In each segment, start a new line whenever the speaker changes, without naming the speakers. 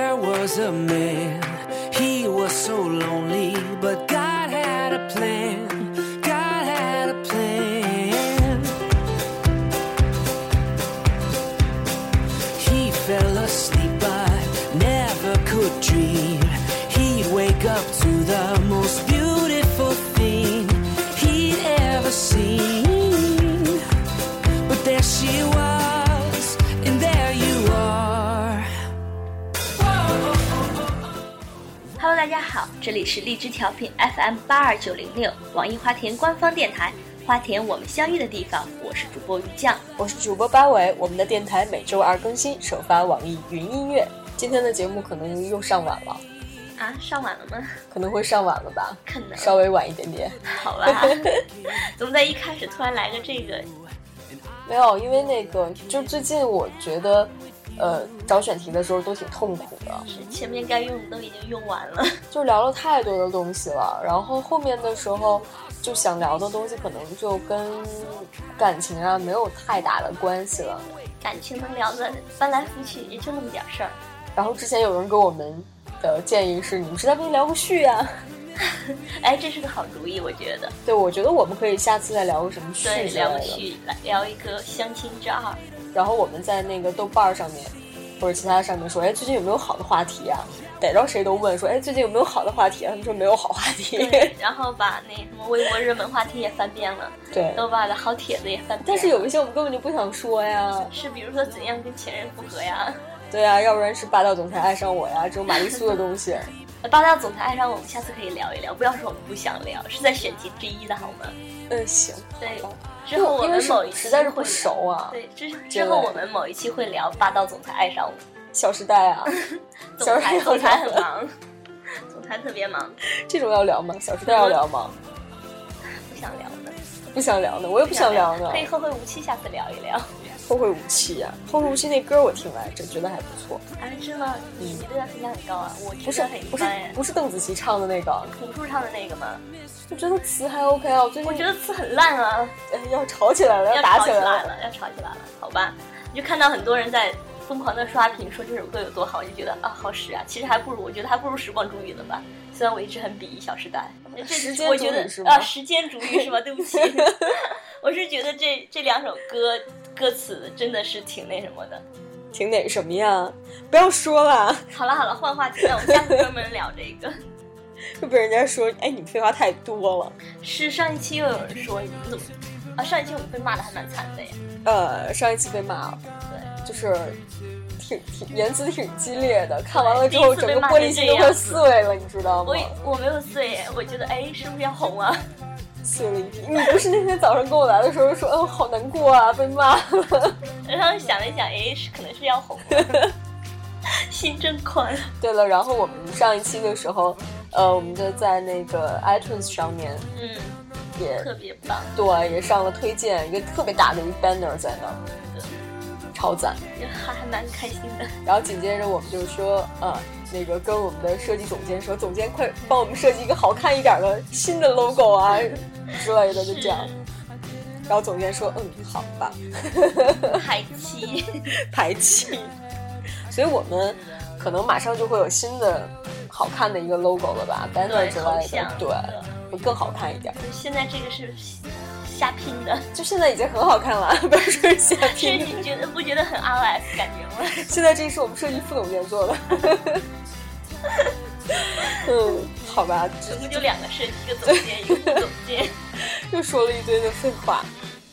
a man. He was so lonely, but God had a plan. God had a plan. He fell asleep, but never could dream. He'd wake up to the most beautiful thing he'd ever seen. But there she was, and there you are.
Hello，大家好，这里是荔枝调频 FM 八二九零六，网易花田官方电台，花田我们相遇的地方，我是主播于酱。
我是主播八尾，我们的电台每周二更新，首发网易云音乐。今天的节目可能又上晚了，
啊，上晚了吗？
可能会上晚了吧，
可能
稍微晚一点点。
好 吧。怎么在一开始突然来个这个？
没有，因为那个就最近我觉得，呃，找选题的时候都挺痛苦的，
是前面该用的都已经用完了，
就聊了太多的东西了。然后后面的时候，就想聊的东西可能就跟感情啊没有太大的关系了。
感情能聊的翻来覆去也就那么点事儿。
然后之前有人给我们的建议是，你们实在不行聊个序啊。
哎，这是个好主意，我觉得。
对，我觉得我们可以下次再聊个什么序
对，
之类
聊个
的。
序，来聊一个相亲之 二。
然后我们在那个豆瓣儿上面或者其他上面说，哎，最近有没有好的话题啊？逮着谁都问说，哎，最近有没有好的话题啊？他们说没有好话题。
对，然后把那什么微博热门话题也翻遍了，
对
豆瓣的好帖子也翻遍了。
但是有一些我们根本就不想说呀，
是比如说怎样跟前任复合呀，
对啊，要不然是霸道总裁爱上我呀，这种玛丽苏的东西。
霸道总裁爱上我们，下次可以聊一聊，不要说我们不想聊，是在选题之一的好吗？
嗯，行。
对
好吧，
之后我
因为
们
是
某一期
实在是
会
不
聊
熟啊，
对，之
这
之
位
后我们某一期会聊霸道总裁爱上我，
《小时代》啊，《
总
小时代
裁》
要
总裁
聊
很
吗？
忙，总裁特别忙，
这种要聊吗？《小时代》要聊吗？
不想聊呢，
不想聊呢，我也不想聊呢
可。以后会无期，下次聊一聊。
后会无期呀、后会无期那歌我听来着，觉得还不错。
啊，真的，你你对他评价很高啊，我
嗯不
觉
是
得很一
不是
般哎。
不是邓紫棋唱的那个，
朴树唱的那个吗？
我觉得词还 OK 啊。我最近
我觉得词很烂啊，
哎要吵起来了，
要
打
吵
起
起
来
来。了，要吵起来了，好吧？你就看到很多人在疯狂的刷屏，说这首歌有多好，你就觉得啊好屎啊，其实还不如我觉得还不如《时光煮雨》呢吧。虽然我一直很鄙夷《小时代》这，
时间
我
煮
觉得
雨是吗
啊，时间煮雨是吗？对不 起， 我是觉得这这两首歌歌词真的是挺那什么的。
挺哪什么呀？不要说了，
好了好了，换话题，那我们下次专门聊这个。
又被人家说，哎，你们废话太多了。
是上一期又有人说你们怎么啊？上一期我们被骂的还蛮惨的呀。
呃，上一期被骂了，
对，
就是挺挺言辞挺激烈的，看完了之
第
后
一
整
次被
个
骂
玻
成这
璃心都快
样
碎了，你知道吗
我？也我没有碎，我觉得哎，是不是要红啊？
碎了一地。你不是那天早上跟我来的时候说，嗯，好难过啊，被骂了。
然后想了一想，哎，是可能是要红， 心真宽。啊
对了，然后我们上一期的时候，呃，我们就在那个 iTunes 上面
嗯，
也
特别棒，
对，也上了推荐，一个特别大的一个 banner 在那儿，超赞。
就还还蛮开心的。
然后紧接着我们就说，呃，那个跟我们的设计总监说，总监快帮我们设计一个好看一点的新的 logo 啊之类的，就这样。然后总监说，嗯，好吧，
是海 七，
排气。所以我们可能马上就会有新的好看的一个 logo 了吧，banner
对，
之
头
类的
像，，
对，会更好看一点。
对现在这个是瞎拼的，
就现在已经很好看了， 不要说是 瞎
所以
拼。
你觉得不觉得很 RS 感觉吗？
现在这是我们设计副总监做的。 嗯，好吧，
总共就两个设计，一个总监，一个副总监。
又说了一堆的废话。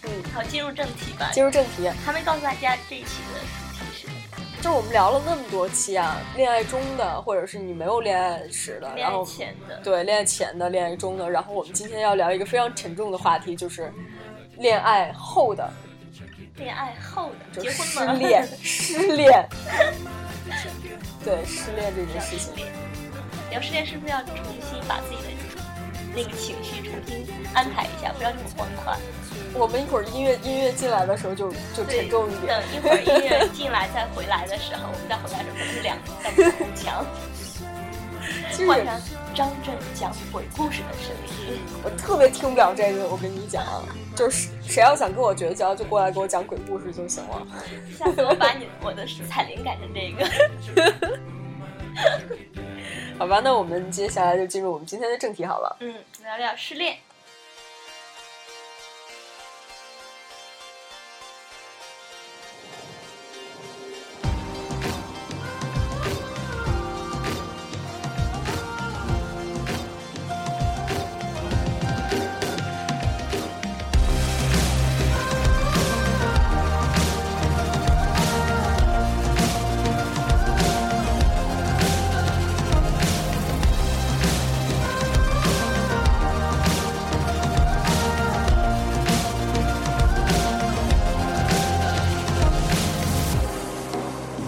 嗯，
好，进入正题吧。
进入正题，
还没告诉大家这一期的主题是什么
就是我们聊了那么多期啊，恋爱中的，或者是你没有恋爱时的，
恋爱
然后
前的，
对恋爱前的、恋爱中的，然后我们今天要聊一个非常沉重的话题，就是恋爱后的，
恋爱后的，
就
结
是
婚
失
吗？
恋，失恋，对失恋这件事情。
聊失恋是不是要重新把自己的那个情绪重新安排一下，不要这么欢快？
我们一会儿音乐音乐进来的时候就就
对，
沉重一点
等，一会儿音乐进来再回来的时候，我们再回来的时候可能是两道红 墙，
其实
换
也
上张震讲鬼故事的声音。
我特别听不了这个，我跟你讲，啊就是谁要想跟我绝交，就过来给我讲鬼故事就行了。
下次我把你我的彩铃改成这个。
好吧，那我们接下来就进入我们今天的正题好了。
嗯， 聊聊失恋。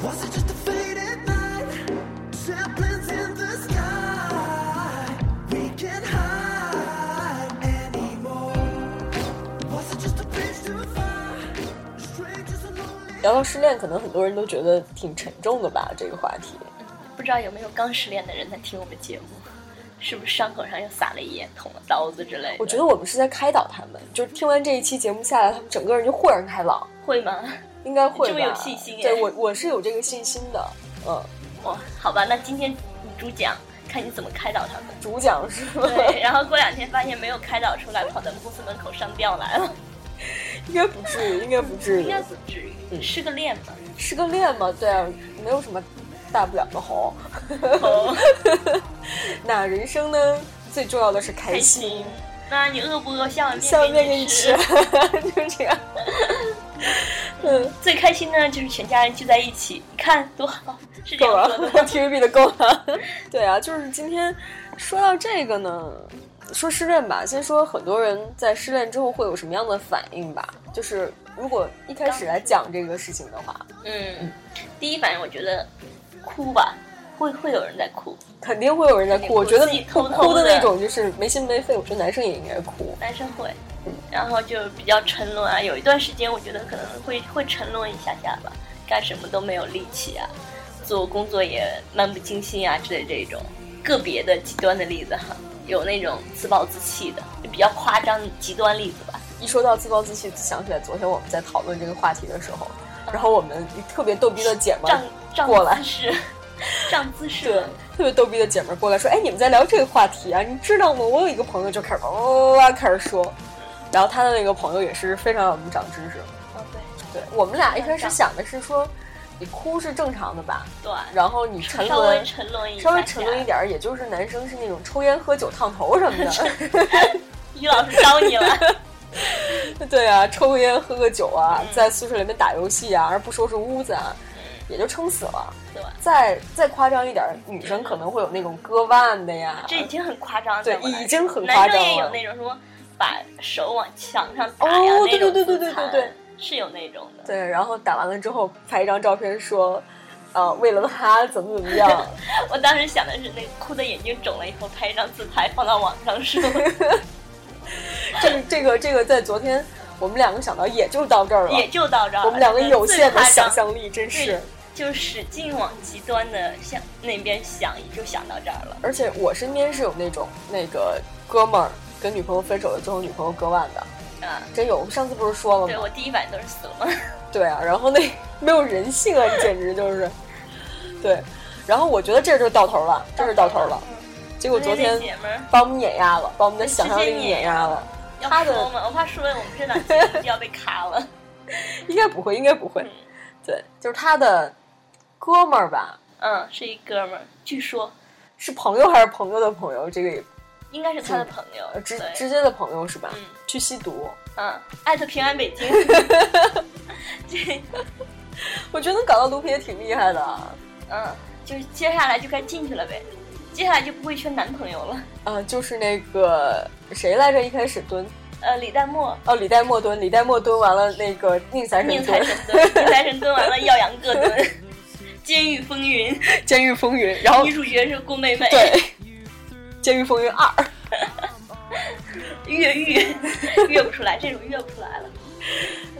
Was it just a faded night? Chaplains in the sky. We can't hide anymore. Was it just a bridge too far? Strangers and lonely.
聊到失恋，可能很多人都觉得挺沉重的吧，这个话题。
不知道有没有刚失恋的人在听我们节目，是不是伤口上又撒了盐、捅了刀子之类的？
我觉得我们是在开导他们，就是听完这一期节目下来，他们整个人就豁然开朗，
会吗？
应该会
这
吧？
么有信心哎
对我我是有这个信心的。嗯，
哦，好吧，那今天你主讲，看你怎么开导他们。
主讲是吗？
对，然后过两天发现没有开导出来，跑咱们公司门口上吊来了，
应该不至于，应该不 至
应
于
该，不至
嗯
于，失个恋 嘛。
失个恋嘛，对啊，没有什么大不了的吼。
哦，
那人生呢，最重要的是开
开
心。
心。那你饿不饿？下碗面
下面给你
吃
吃。， 就这样。嗯，
最开心呢，就是全家人聚在一起，你看多好，是这
够
样
了
说的吗。
，TVB 的够了。 对啊，就是今天说到这个呢，说失恋吧，先说很多人在失恋之后会有什么样的反应吧。就是如果一开始来讲这个事情的话，
嗯，第一反应我觉得哭吧，会会有人在哭，
肯定会有人在
肯
哭。
定
我觉得
自己
不
偷偷
哭的
的
那种就是没心没肺，我觉得男生也应该哭。
男生会，然后就比较沉沦啊。有一段时间，我觉得可能会会沉沦一下下吧，干什么都没有力气啊，做工作也漫不经心啊之类这种。个别的极端的例子哈，有那种自暴自弃的，就比较夸张的极端例子吧。
一说到自暴自弃，想起来昨天我们在讨论这个话题的时候，然后我们特别逗逼的姐们儿
仗仗
过来
姿势， 仗姿
对
势，，
特别逗逼的姐们儿过来说：“哎，你们在聊这个话题啊？你知道吗？我有一个朋友就开始哇哇哇开始说，然后他的那个朋友也是非常让我们长知识。
哦对，
对我们俩一开始想的是说，你哭是正常的吧？
短，
然后你沉
啊稍微
沦，
沉沦一下下，
稍微沉沦一点儿，也就是男生是那种抽烟喝酒烫头什么的。
于老师招你 了。
对啊，抽烟喝个酒啊，
嗯
在宿舍里面打游戏啊，而不收拾屋子啊，也就撑死了。
对吧？
再再夸张一点儿，女生可能会有那种割腕的呀，
这已经很夸张了，
对
在我来
已经很
说
夸张了
男生也有那种什么把手往墙上打呀，
哦
那
对
种
对对
自
对对
残
对对，
是有那种的。
对，然后打完了之后拍一张照片说，呃，为了他怎么怎 么样，
我当时想的是，那个哭的眼睛肿了以后，拍一张自拍放到网上 说，
这个这个这个在昨天我们两个想到也就到这儿了
也，就到这儿了。
我们两个有限的想
力，
象力真
对
是。，
就使劲往极端的向那边想，也就想到这儿了。
而且我身边是有那种那个哥们儿跟女朋友分手了之后，女朋友割腕的，
啊，
真有。我们上次不是说了
对
吗？
我第一反应都是死了吗？
对啊，然后那没有人性啊，简直就是，对。然后我觉得这 就到头了，这是到头了。
嗯。
结果昨天
那姐们儿
把我们碾压了，把我们的想象力
直接碾
碾压了。
要
她的
说吗？我怕说了我们这档节目就要被卡了。
应该不会，应该不会。
嗯
对，就是他的哥们儿吧，
嗯，是一哥们儿，据说
是朋友还是朋友的朋友？这个也
应该是他的朋友
呃，直
对
直接的朋友是吧？
嗯
去吸毒，
嗯，艾特平安北京。 这，
我觉得能搞到毒品也挺厉害的啊。
嗯，就是接下来就该进去了呗，接下来就不会缺男朋友了。
啊，就是那个谁来着？一开始蹲
呃，李代沫，
哦，李代沫蹲，李代沫蹲完了，那个宁财
宁
神
财
蹲，
神蹲，宁财神蹲完了，耀阳各蹲， 监狱风云，
监狱风云，然后
女主角是顾妹妹，
哦对，监狱风云二，
越狱，越不出来，这种越不出来了。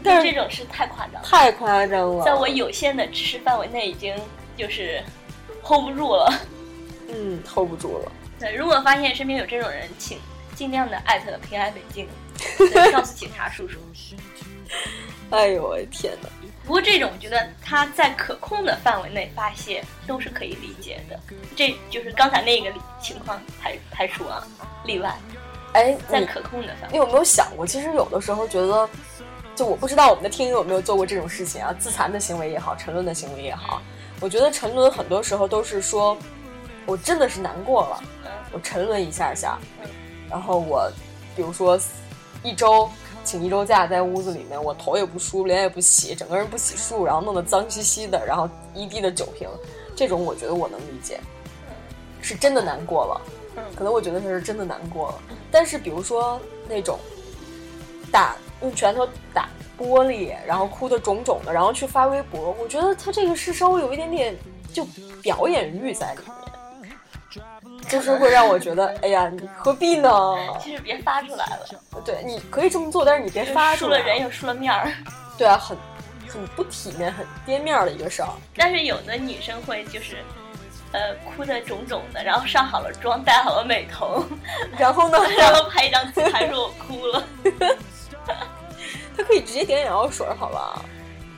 但是
这种是太夸张了，
太夸张了。
在我有限的知识范围内，已经就是 hold 不住了。
嗯 hold 不住了，
对，如果发现身边有这种人，请尽量的艾特 平安北京，对告诉警察叔叔。
哎呦我的天哪！
不过这种我觉得他在可控的范围内发泄都是可以理解的，这就是刚才那个例情况排排除啊，例外
哎，
在
你
可控的范
你
围。
有没有想过，其实有的时候觉得，就我不知道我们的听友有没有做过这种事情啊，自残的行为也好，沉沦的行为也好，我觉得沉沦很多时候都是说，我真的是难过了，我沉沦一下下
嗯，
然后我，比如说一周。请一周假，在屋子里面，我头也不梳，脸也不洗，整个人不洗漱，然后弄得脏兮兮的，然后一地的酒瓶，这种我觉得我能理解，是真的难过了。
嗯
可能我觉得他是真的难过了。但是比如说那种打用拳头打玻璃，然后哭得肿肿的，然后去发微博，我觉得他这个是稍微有一点点就表演欲在里面，就是会让我觉得，哎呀，你何必 呢？
其实别发出来了，
对，你可以这么做，但是你别发
输
出
了
来，啊
人又输了面儿。
对啊，很很不体面、很跌面儿的一个事儿。
但是有的女生会就是，呃，哭得肿肿的，然后上好了妆，戴好了美瞳，
然后呢，
然后拍一张自拍说我哭了。
他可以直接点眼药水儿，好吧？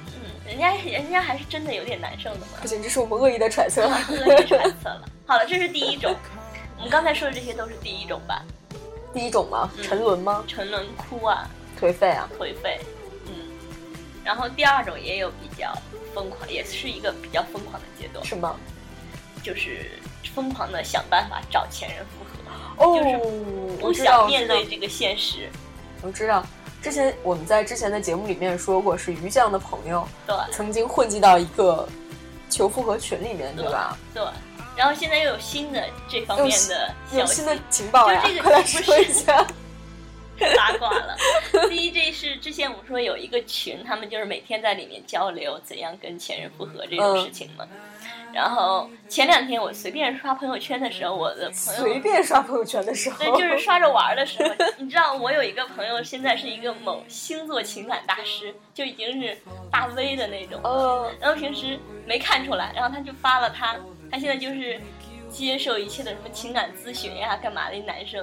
嗯，人家人家还是真的有点难受的嘛
不。行，这是我们恶意的揣测。
恶意揣测了。好了，这是第一种。我们刚才说的这些都是第一种吧？
第一种吗？沉沦吗？
沉沦、哭啊、
颓废啊？
颓废，嗯。然后第二种也有比较疯狂，也是一个比较疯狂的阶段，
是吗？
就是疯狂的想办法找前任复合，
哦，
就是
我
不
知道，
想
我知
面
道
对，这个现实。
我知道。之前我们在之前的节目里面说过，是于酱的朋友
对
曾经混迹到一个求复合群里面，对吧？
对。然后现在又有新的这方面的消
有新的
息
情报呀
嗯就这，个
快来说一下。
八卦了。第一，这是之前我说有一个群，他们就是每天在里面交流怎样跟前任复合这
嗯
种事情嘛。然后前两天我随便刷朋友圈的时候，我的朋
随
友。
便刷朋友圈的时候
对，，就是刷着玩儿的时候，你知道我有一个朋友，现在是一个某星座情感大师，就已经是大 V 的那种。
呃，
然后平时没看出来，然后他就发了他，他现在就是接受一切的什么情感咨询呀、干嘛的男生，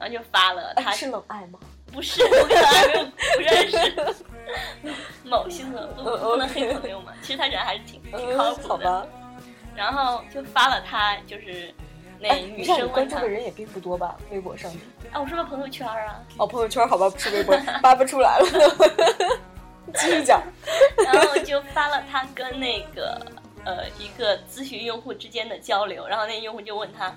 然后就发了他
哎是冷爱吗？
不是，我可能还没有不认识某星座，不不能黑朋友嘛。其实他人还是挺挺靠
哦嗯，
谱
好吧
的。。然后就发了他就是那
哎，
女
于酱，你
生
关
问
注
他
的，人也并不多吧？微博上面
啊，我说个朋友圈啊。
哦，朋友圈好吧，不是 微博，扒不出来了。 继续讲，
然后就发了他跟那个呃一个咨询用户之间的交流，然后那用户就问他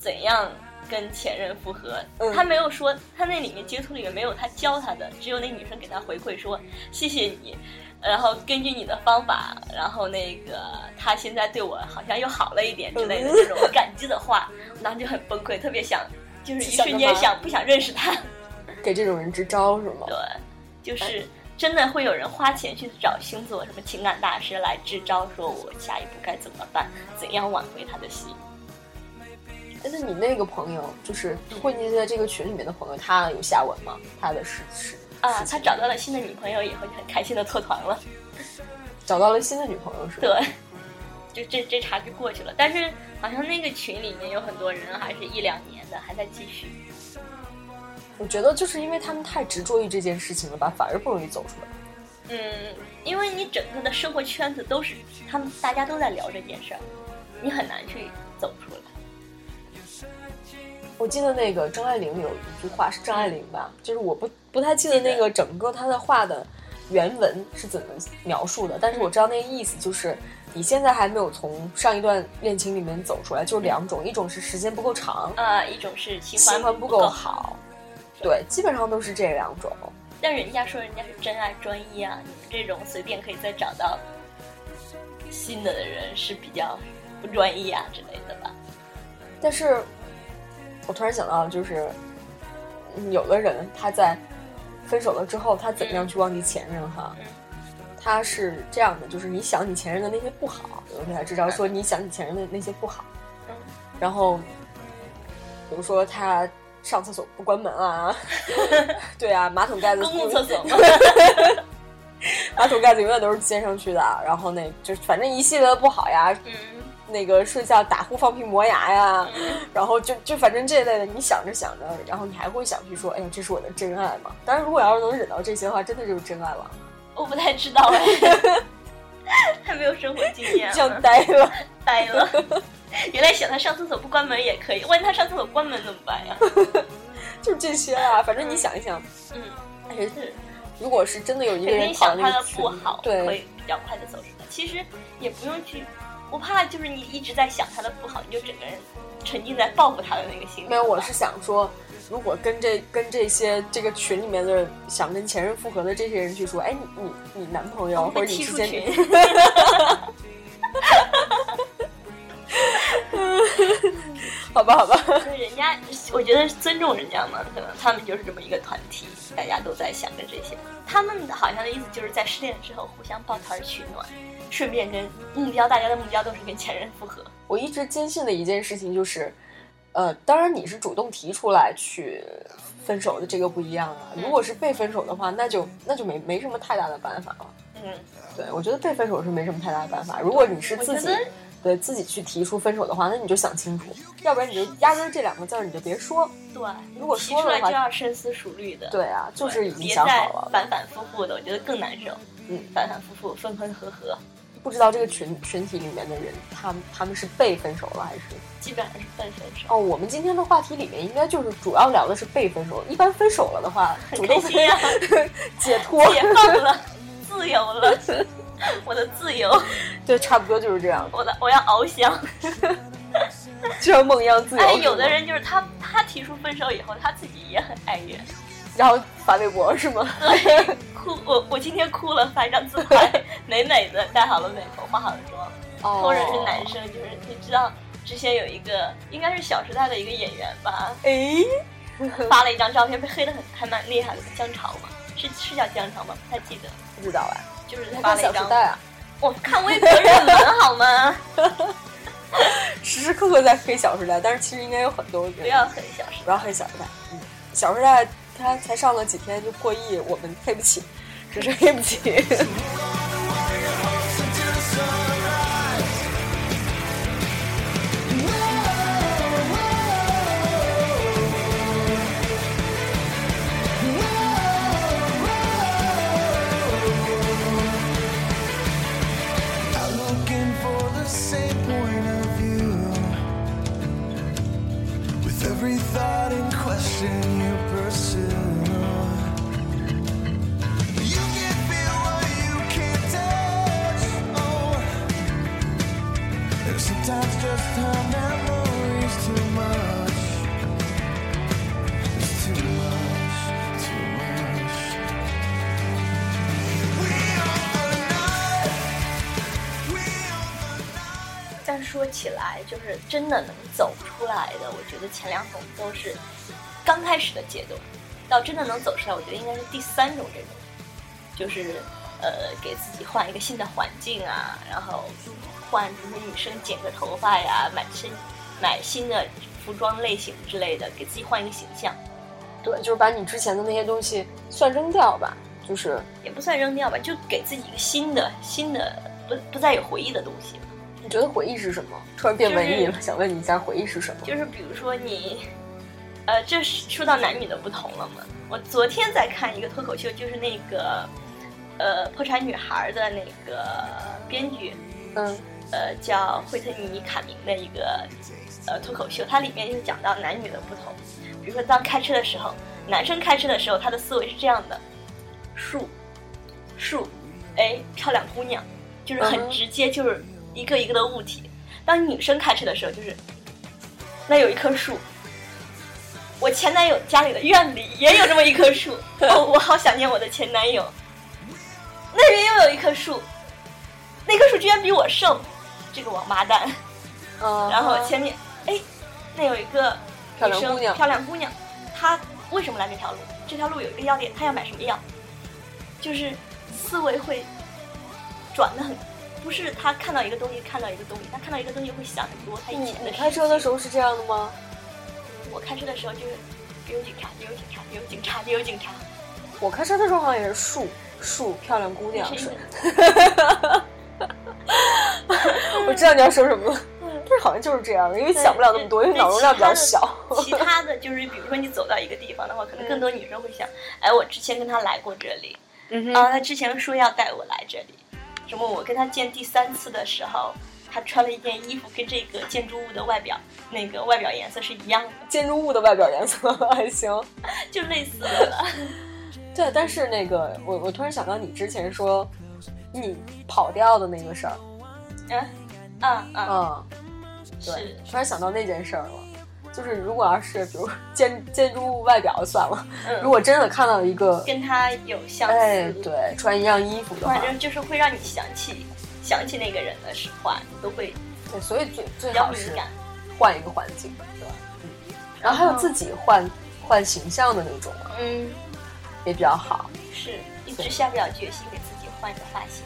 怎样跟前任复合，
嗯
他没有说他那里面截图里面没有他教他的，只有那女生给他回馈说谢谢你。然后根据你的方法，然后那个他现在对我好像又好了一点之
嗯
类的这种感激的话，我当时就很崩溃，特别想，就是一瞬间
想干嘛
想不想认识他。
给这种人支招是吗？
对，就是真的会有人花钱去找星座什么情感大师来支招，说我下一步该怎么办，怎样挽回他的心。
哎那你那个朋友，就是混迹在这个群里面的朋友，他有下文吗？他的事事
啊
事，情
他找到了新的女朋友以后，就很开心的脱团了。
找到了新的女朋友是吧？
对，就这这茬就过去了。但是好像那个群里面有很多人还是一两年的，还在继续。
我觉得就是因为他们太执着于这件事情了吧，反而不容易走出来。
嗯，因为你整个的生活圈子都是他们大家都在聊这件事儿，你很难去走出来。
我记得那个张爱玲有一句话是张爱玲吧，就是我不不太记得那个整个她的话的原文是怎么描述的，但是我知道那个意思就是你现在还没有从上一段恋情里面走出来，就两种，一种是时间不够长，
呃，一种是喜
嗯喜
欢
欢不够
够，
好，对，基本上都是这两种。
但人家说人家是真爱专一啊，你们这种随便可以再找到新的的人是比较不专一啊之类的吧？
但是，我突然想到，就是嗯有的人他在分手了之后，他怎
嗯
样去忘记前任哈？他是这样的，就是你想你前任的那些不好，有人给他支招说你想你前任的那些不好，
嗯
然后比如说他上厕所不关门 啊，对啊，马桶盖子
公共厕所嘛，
马桶盖子永远都是掀上去的，啊然后那就是反正一系列的不好呀，
嗯
那个睡觉打呼放屁磨牙呀，
嗯
然后就就反正这类的，你想着想着，然后你还会想去说，哎呀，这是我的真爱嘛？当然，如果要是能忍到这些的话，真的就是真爱了。
我我不太知道哎， 还没有生活经 验啊，
这样呆了。
呆了。原来想他上厕所不关门也可以，万一他上厕所关门怎么办呀？
就这些啦，反正你想一想，
嗯，
但是
是
如果是真的有一
肯
个人
定
躺
想
在
他
那
的
个群
不
里
好，会
对，
比较快的走出来。其实也不用去，我怕就是你一直在想他的不好，你就整个人沉浸在报复他的那个心里。
没有，我是想说，如果跟这跟这些这个群里面的想跟前任复合的这些人去说，哎，你你你男朋友或
被
者你
哦踢
之
出
前
群，
好吧好吧，
所以人家我觉得尊重人家嘛，可能他们就是这么一个团体，大家都在想着这些。他们好像的意思就是在失恋之后互相抱团取暖，顺便跟目标，大家的目标都是跟前任复合。
我一直坚信的一件事情就是，呃，当然你是主动提出来去分手的，这个不一样了。
嗯
如果是被分手的话，那就那就没没什么太大的办法了。
嗯，
对，我觉得被分手是没什么太大的办法。如果你是
我
自
觉
己
得
对自己去提出分手的话，那你就想清楚，要不然你就压根儿这两个字儿你就别说。
对，
如果
提
说
出
了
来
话
就要深思熟虑的。
对啊，就是已经
别
想
再
好了，
反反复复的，我觉得更难受。
嗯
反反复复，分分合合，
不知道这个群群体里面的人，他们他们是被分手了还是？
基本上是分分手。
哦，我们今天的话题里面应该就是主要聊的是被分手。一般分手了的话，主
很开
动
心呀、
解脱，
解放了，自由了， 我的自由，
对，差不多就是这样，
我的我要翱翔。
就像梦一样自由。
哎，有的，人就是他，他提出分手以后，他自己也很哀怨，
然后发微博是吗？
哭。我我今天哭了，发一张自拍， 美美的，戴好了美瞳，化好了妆。
哦
或者是男。生，就是你知道之前有一个应该是《小时代》的一个演员吧，
哎，
发了一张照片，被黑的很，还蛮厉害的，姜潮嘛，是是叫姜潮吗？不太记得，
不知道哎，
就是
你还
发
看
了
《
一
小时
张。
代》啊，
我看微博热门好吗？
时时刻刻在黑《小时代》，但是其实应 该有很多人
不要很小时
不要黑《小时代》。嗯，《小时代》它才上了几天就破亿，我们黑不起， 只是黑不起。
I'm looking for the same point of view. With every thought and question you pursue, you can feel what you can't touch. Oh, and sometimes just how memories too much. It's too much, too much. We are the night.
但说起来，就是真的能走出来的，我觉得前两种都是刚开始的阶段，到真的能走出来，我觉得应该是第三种这种，就是呃给自己换一个新的环境啊，然后换什么女生剪个头发呀，买新买新的服装类型之类的，给自己换一个形象，
对， 就是把你之前的那些东西算扔掉吧，就是
也不算扔掉吧，就给自己一个新的新的不不再有回忆的东西。
你觉得回忆是什么？突然变文艺了，
就
想问你一下，回忆是什么？
就是比如说你，呃，这是说到男女的不同了嘛。我昨天在看一个脱口秀，就是那个，呃，《破产女孩》的那个编剧，
嗯
呃，叫惠特尼·卡明的一个呃脱口秀，它里面就讲到男女的不同。比如说，当开车的时候，男生开车的时候，他的思维是这样的：树，树，哎，漂亮姑娘，就是
嗯哼
很直接，就是一个一个的物体。当女生开车的时候，就是那有一棵树。我前男友家里的院里也有这么一棵树，哦，我好想念我的前男友。那人又有一棵树，那棵树居然比我瘦，这个王八蛋。
嗯，
然后前面，哎，那有一个
漂
女
亮
生
姑娘
漂亮姑娘，她为什么来这条路？这条路有一个药店，她要买什么药？就是思维会转的很，不是她看到一个东西看到一个东西，她看到一个东西会想很多她以
你
前
嗯你
的。
开车的时候是这样的
候，
吗？
我开车的时候就是有警察，有警察，有警察，有警察，
我开车的时候好像也是树树漂亮姑娘
是
是
因为，
我知道你要说什么了，
嗯
但是好像就是这样，因为 想不了那么多，因为脑容量比较小。
其他的就是，比如说你走到一个地方的话，可能更多女生会想，哎，我之前跟他来过这里，
嗯哼
然后他之前说要带我来这里，什么我跟他见第三次的时候，他穿了一件衣服跟这个建筑物的外表那个外表颜色是一样的，
建筑物的外表颜色还行。
就类似了。
对，但是那个我我突然想到你之前说你跑调的那个事儿，
嗯嗯嗯，
嗯，对
是，
突然想到那件事儿了，就是如果要是比如建建筑物外表算了，
嗯，
如果真的看到一个，
跟他有相似，
哎，对，穿一样衣服的话
反，正就是会让你想起想起那个人的话，你都会
对，所以最
比
最
较
好
敏
是
感。
换一个环境，对吧？嗯，然后还有自己换换形象的那种嘛
嗯，
也比较好。
是一直下不了决心给自己换一个发型。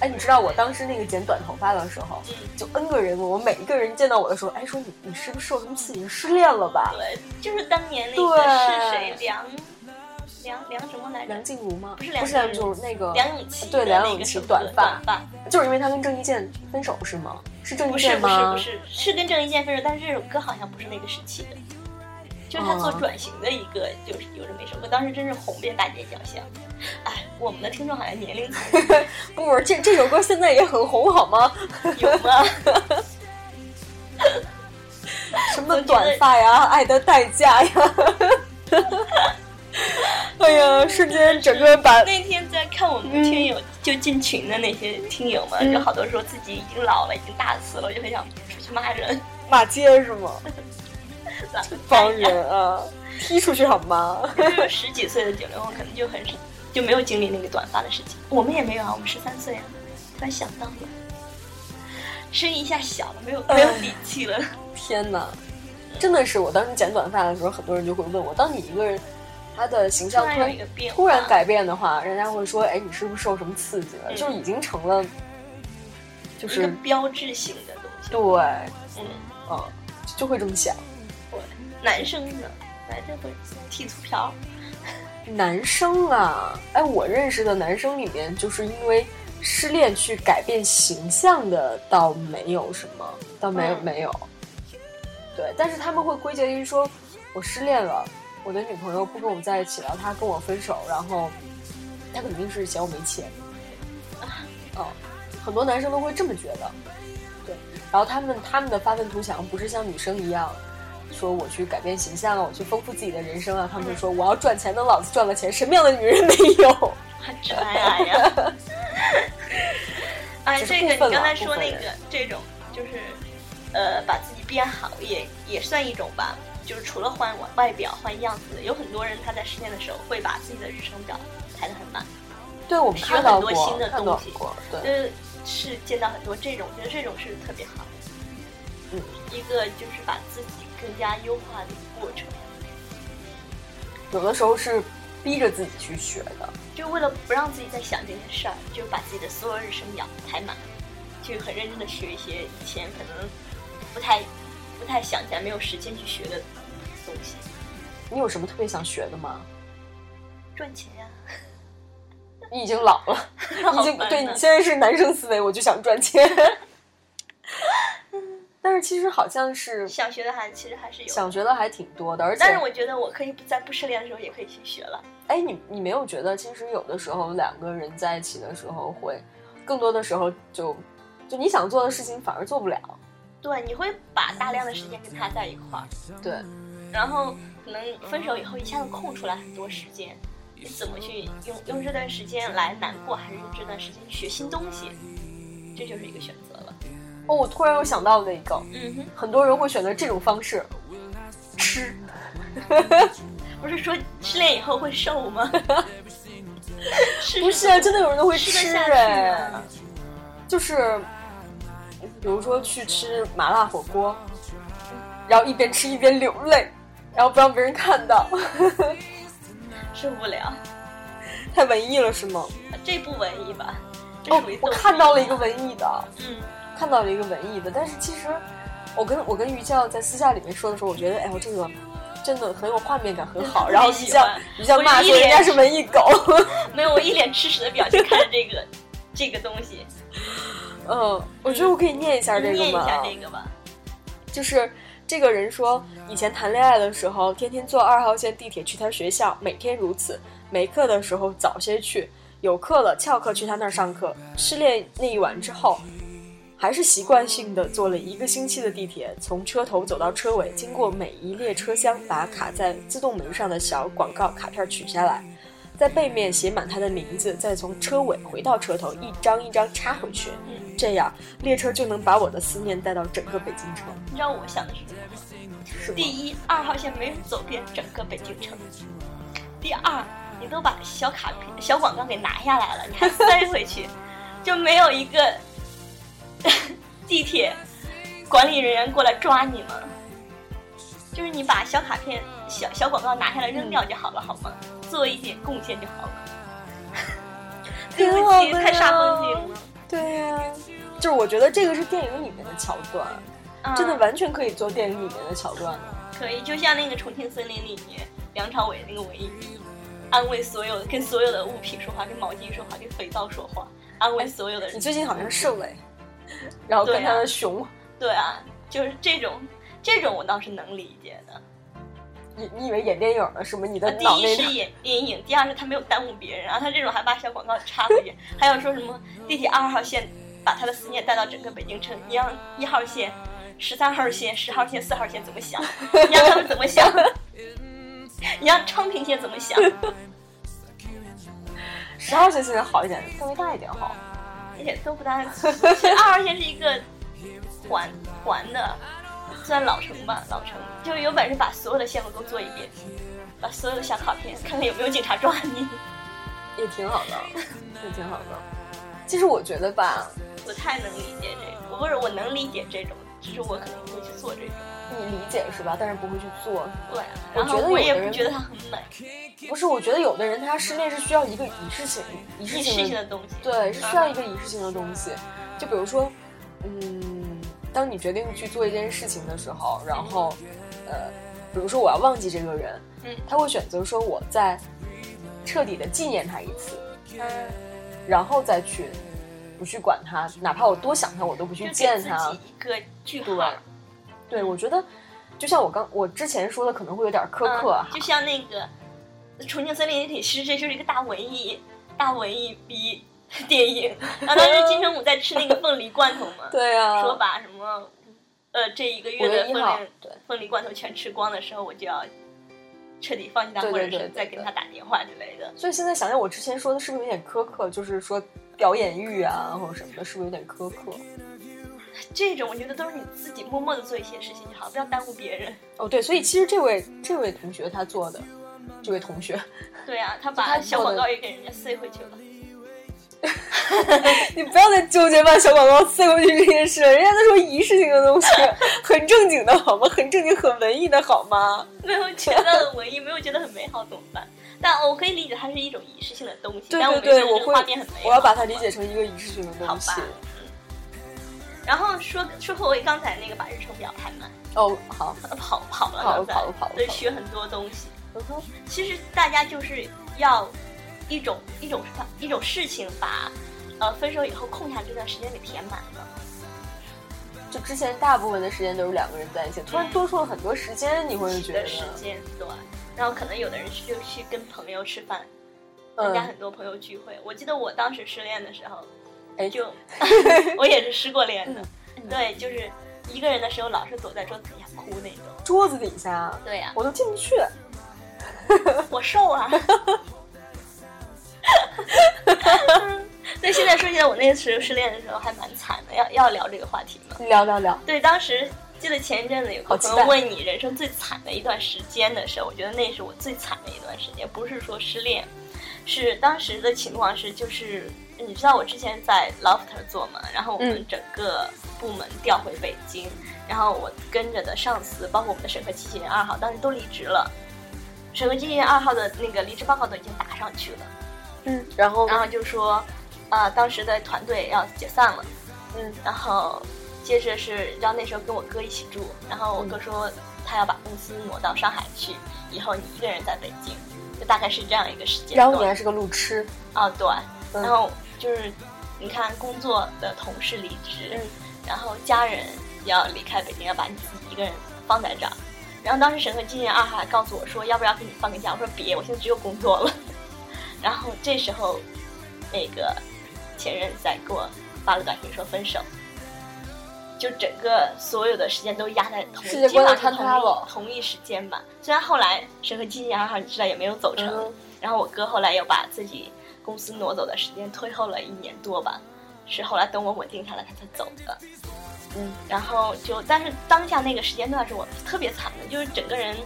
哎，你知道我当时那个剪短头发的时候，
嗯，
就 N 个人问我，每一个人见到我的时候，哎，说你你是不是受什么刺激失恋了吧？
对，就是当年那个
对
是谁梁梁梁什么来着哦
梁？静茹吗？
不是
不
梁
是
静茹
梁静茹，那个
梁咏琪
对
的
梁
那
咏
个
琪
什么
短发
短发，
就是因为她跟郑伊健分手是吗？是郑
不
伊
是
健
不是
吗？
不是，是跟郑伊健分手，但是这首歌好像不是那个时期的，就是他做
哦
转型的一个，就是有这么一首歌，当时真是红遍大街小巷。哎，我们的听众好像年龄层
不是，这这首歌现在也很红好吗？
有吗？
什么短发呀，爱的代价 呀。哎呀，瞬间整个 把
那天在看我们听友就进群的那些听友们，
嗯
就好多说自己已经老了，已经大四了，我就很想出去骂人，
骂街是吗？
懒得
帮人啊， 踢出去好吗？
就是十几岁的九零后可能就很少就没有经历那个短发的事情，我们也没有啊，我们十三岁啊，突然想到了，声音一下小了，没 有没有
哎
底气了。
天哪，真的是我当时剪短发的时候，很多人就会问我，当你一个人他的形
突
象
然
突
有
然
一个变化，
突然改变的话，人家会说，哎，你是不是受什么刺激了？
嗯
就是已经成了，就
一个
是
标志性的东西。
对，嗯，
嗯，
就就会这么想。
对，男生呢，男生会剃秃瓢，
男生啊，哎，我认识的男生里面，就是因为失恋去改变形象的，倒没有什么，倒没有、
嗯
没有。对，但是他们会归结于说，我失恋了，我的女朋友不跟我在一起了，她跟我分手，然后她肯定是嫌我没钱。哦，很多男生都会这么觉得。对，然后他们他们的发愤图强不是像女生一样，说我去改变形象啊，我去丰富自己的人生啊，他们就说我要赚钱，等老子赚了钱，什么样的女人没有？
很直白啊 呀。哎，
只是
这个
部分
你刚才
啦部
说
分
那
人
个这种就是，呃，把自己变好也也算一种吧，就是除了换外外表换样子，有很多人他在失恋的时候会把自己的日程表排得很满，
对我们
学
看到
很
过，
多新的
看
东
到
西
过，对，
呃，是见到很多这种，我觉得这种是特别好的，
嗯，
一个就是把自己更加优化的一个过程。
有的时候是逼着自己去学的。
就为了不让自己再想这件事儿，就把自己的所有日程表排满，就很认真的学一些以前可能不太、不太想起来、没有时间去学的东西。
你有什么特别想学的吗？
赚钱呀、
你已经老 了，
好
你已经
烦
对
呐
你现在是男生思维，我就想赚 钱。但是其实好像是
想学的还其实还是有的。
想学的还挺多的，而且
但是我觉得我可以在不失恋的时候也可以去学了。
哎，你你没有觉得，其实有的时候两个人在一起的时候会，更多的时候就就你想做的事情反而做不了。
对，你会把大量的时间跟他在一块儿，
对，
嗯然后可能分手以后一下子空出来很多时间，你怎么去用用这段时间来难过，还是用这段时间去学新东西，这就是一个选择了。
哦，我突然又想到了一个，
嗯哼。
很多人会选择这种方式，吃。
不是说失恋以后会瘦吗？是
不是啊，啊真的有人都会
吃得
吃
下去啊
哎
吗，
就是比如说去吃麻辣火锅，然后一边吃一边流泪，然后不让别人看到，
受不了，
太文艺了是吗？
这不文艺吧？这
哦
属于，
我
逗逼
看到了一个，文艺的。
嗯，
看到了一个文艺的，但是其实我跟我跟于教在私下里面说的时候，我觉得哎呦这个真的很有画面感，很好。
对
然后
特别
于
喜
教
欢
于教骂
我就
说
一
人
脸
家是文艺狗，
没有，我一脸吃屎的表情看着这个这个东西，
嗯，我觉得我可以念一下
你
这
念
个
一
嘛，
下这个吧。
就是。这个人说，以前谈恋爱的时候，天天坐二号线地铁去他学校，每天如此。没课的时候早些去，有课了翘课去他那儿上课。失恋那一晚之后，还是习惯性的坐了一个星期的地铁，从车头走到车尾，经过每一列车厢，把卡在自动门上的小广告卡片取下来，在背面写满他的名字，再从车尾回到车头，一张一张插回去。这样，列车就能把我的思念带到整个北京城，
你知道我想的是什么吗？
是吗
第？一，二号线没人走遍整个北京城；第二，你都把小卡片、小广告给拿下来了，你还塞回去，就没有一个 地铁管理人员过来抓你吗？就是你把小卡片、小小广告拿下来扔掉就好了，好吗？做一点贡献就好了。对不起，太煞风景了。
对呀、就是我觉得这个是电影里面的桥段，
啊
真的完全可以做电影里面的桥段的。
可以，就像那个《重庆森林》里面梁朝伟那个文艺兵，安慰所有跟所有的物品说话，跟毛巾说话，跟肥皂说话，安慰所有的
你
人。
最近好像瘦了哎，然后跟
对啊
他的熊，
对啊，就是这种，这种我倒是能理解的。
你你以为演电影呢？什么？你的
啊第
脑
一
内
是演电影，第二是他没有耽误别人，然后他这种还把小广告插回去，还有说什么地铁二号线把他的思念带到整个北京城，你让一号线、十三号线、十号线、四号线怎么想？你让他们怎么想？ 你让昌平线怎么想？
十号线现在好一点，稍微大一点好。
而且都不 搭。其实二号线是一个环环的，算老城吧，老城就是有本事把所有的线路都做一遍，把所有的小卡片看看有没有警察抓你。
也挺好的，也挺好的。其实我觉得吧，
不太能理解这种，或者我能理解这种，只是我可能不会去做这种。
你理解是吧？但是不会去做。
对、啊，
我
然后
觉得
我
有
也
的
不
人
觉得它很美，
不是，我觉得有的人他失恋是需要一个仪式性、仪式
仪式
性
性
的
的东西。
对，是需要
嗯
一个仪式性的东西。就比如说，嗯，当你决定去做一件事情的时候，然后，呃，比如说我要忘记这个人，
嗯
他会选择说我再彻底的纪念他一次，
嗯
然后再去不去管他，哪怕我多想他，我都不
就
去
给
见
自
他。
己一个句
对
号儿。
对，我觉得就像我刚我之前说的，可能会有点苛刻啊
嗯，，就像那个《重庆森林里是这就是一个大文艺大文艺逼 电影。然后当时金城武在吃那个凤梨罐头嘛，
对啊，
说把什么呃这一个
五
月
月
的
一
凤
号
梨，
对，
凤梨罐头全吃光的时候，我就要彻底放弃他，
对对
或者
对
是
对
再跟他打电话之类的。
所以现在想想，我之前说的是不是有点苛刻？就是说表演欲啊，或者什么的，是不是有点苛刻？
这种我觉得都是你自己默默的做一些事情就好，不要耽误别人。
哦，对，所以其实这位这位同学他做的，这位同学，
对啊，他
他
把
做
小广
的
告也给人家塞回去了。
你不要再纠结把小广告塞过去这件事，人家都说仪式性的东西， 很正经的好吗？很正经、很文艺的好吗？
没有觉得很文艺，没有觉得很美好，怎么办？但我可以理解它是一种仪式性的东西，
对
但
对
没觉得
对，
这
我
个
会
画面很美，好。
我要把它理解成一个仪式性的东西
好吧。嗯然后说说回刚才那个把日程表拍满，
哦，好，
他跑跑了，
跑了
刚才
跑了跑了
对，
跑了
学很多东西。
嗯哼，
其实大家就是要一种一种一种事情把呃分手以后空下这段时间给填满了。
就之前大部分的时间都是两个人在一起，突然多出了很多时间，你会觉
的
得，
时间段，然后可能有的人去就去跟朋友吃饭，参加
嗯，
很多朋友聚会。我记得我当时失恋的时候，
哎，
就我也是失过恋的，对，就是一个人的时候老是躲在桌子底下哭那种。
桌子底下，
对呀、
我都进不去。
我瘦啊。 嗯对，现在说起来，我那时候失恋的时候还蛮惨的，要要聊这个话题吗？
聊聊聊，
对，当时记得前一阵子有
好
个
期
朋
待
友问你人生最惨的一段时间的时候，我觉得那是我最惨的一段时间，不是说失恋，是当时的情况是就是你知道我之前在 Lofter 做嘛，然后我们
嗯
整个部门调回北京，然后我跟着的上司，包括我们的审核机器人二号，当时都离职了。审核机器人二号的那个离职报告都已经打上去了，
嗯，然后
然后就说，啊、当时的团队要解散了，
嗯，
然后接着是，然后那时候跟我哥一起住，然后我哥说他要把公司挪到上海去，以后你一个人在北京，就大概是这样一个时间
然
段。
后你还是个路痴，
啊，对，
嗯
然后就是你看工作的同事离职，
嗯
然后家人要离开北京，要把你自己一个人方台长。然后当时审核纪念二还啊告诉我说，要不要给你放个假？我说别，我现在只有工作了。 然后这时候，那个前任在给我发了短信说分手，就整个所有的时间都压在同
世界观都
基本上是
坍塌了
同一同一时间吧。虽然后来审核纪念二号啊你知道也没有走成，
嗯
然后我哥后来又把自己公司挪走的时间推后了一年多吧，是后来等我稳定下来他才走的。
嗯，
然后就但是当下那个时间段是我特别惨的，就是整个人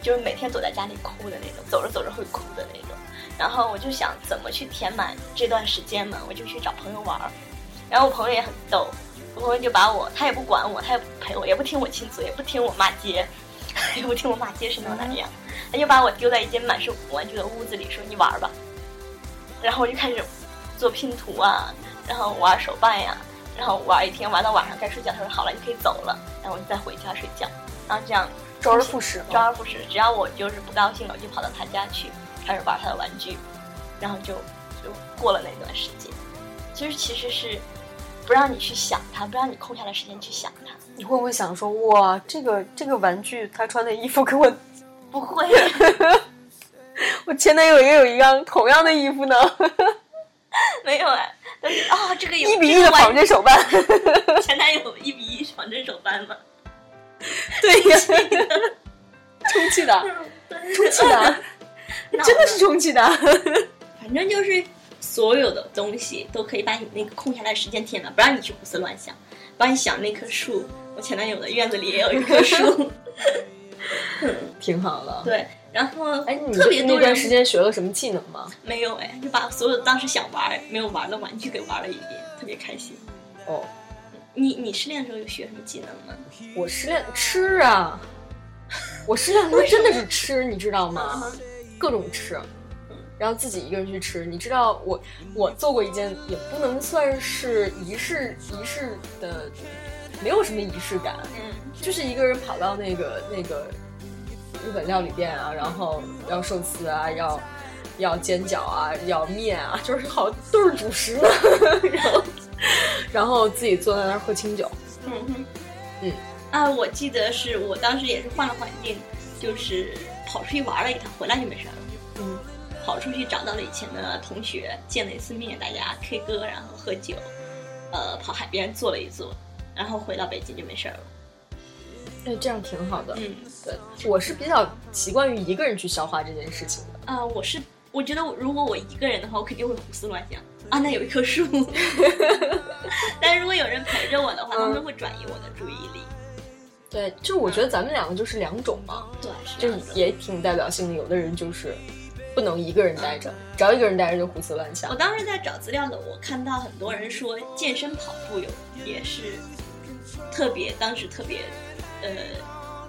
就是每天躲在家里哭的那种，走着走着会哭的那种。然后我就想怎么去填满这段时间嘛，我就去找朋友玩儿。然后我朋友也很逗，我朋友就把我，他也不管我，他也不陪我，也不听我亲嘴，也不听我骂街， 也不听我骂街是能哪样，他就把我丢在一间满是玩具的屋子里，说你玩儿吧。然后我就开始做拼图啊，然后玩手办呀、然后玩一天，玩到晚上该睡觉，他说好了，你可以走了，然后我就再回家睡觉，然后这样
周而复始
周
嘛。
而复始，只要我就是不高兴了，我就跑到他家去开始玩他的玩具，然后就就过了那段时间。其实其实是不让你去想他，不让你空下来时间去想他。
你会不会想说，哇，这个这个玩具他穿的衣服跟我
不会，
我前男友也有一样同样的衣服呢，
没有哎，但是啊、这个有
一比一的仿真手办。
前男友一比一仿真手办吗？
对呀， 充气的，充 气的，真的是充气 的。
反正就是所有的东西都可以把你那个空下来的时间填满，不让你去胡思乱想，不让你想那棵树。我前男友的院子里也有一棵 树，
挺好的。
对。然后
哎，你
特别
那
多
段
人
时间学了什么技能吗？
没有哎，就把所有当时想玩没有玩的玩具给玩了一遍，特别开心。
哦，
你你失恋的时候有学什么技能吗？
我失恋吃啊，我失恋的时候真的是吃，你知道吗？各种吃，然后自己一个人去吃。你知道我我做过一件也不能算是仪式仪式的，没有什么仪式感，
嗯
就是一个人跑到那个那个日本料理店啊，然后要寿司啊，要要煎饺啊，要面啊， 就是好都是主食呢， 然后然后自己坐在那儿喝清酒。
嗯哼
嗯
啊，我记得是我当时也是换了环境，就是跑出去玩了一趟，回来就没事儿了。
嗯，
跑出去找到了以前的同学，见了一次面，大家 K 歌，然后喝酒，呃，跑海边坐了一坐，然后回到北京就没事儿了。
哎，这样挺好的。
嗯，
对，我是比较习惯于一个人去消化这件事情的。
啊、我是我觉得我如果我一个人的话，我肯定会胡思乱想啊，那有一棵树。 但如果有人陪着我的话，他们会转移我的注意力。
对，就我觉得咱们两个就是两种嘛，
对，
就是
这样子
也挺代表性的。有的人就是不能一个人待着，只要一个人待着就胡思乱
我
想。
当时在找资料的，我看到很多人说健身跑步有也是特别当时特别呃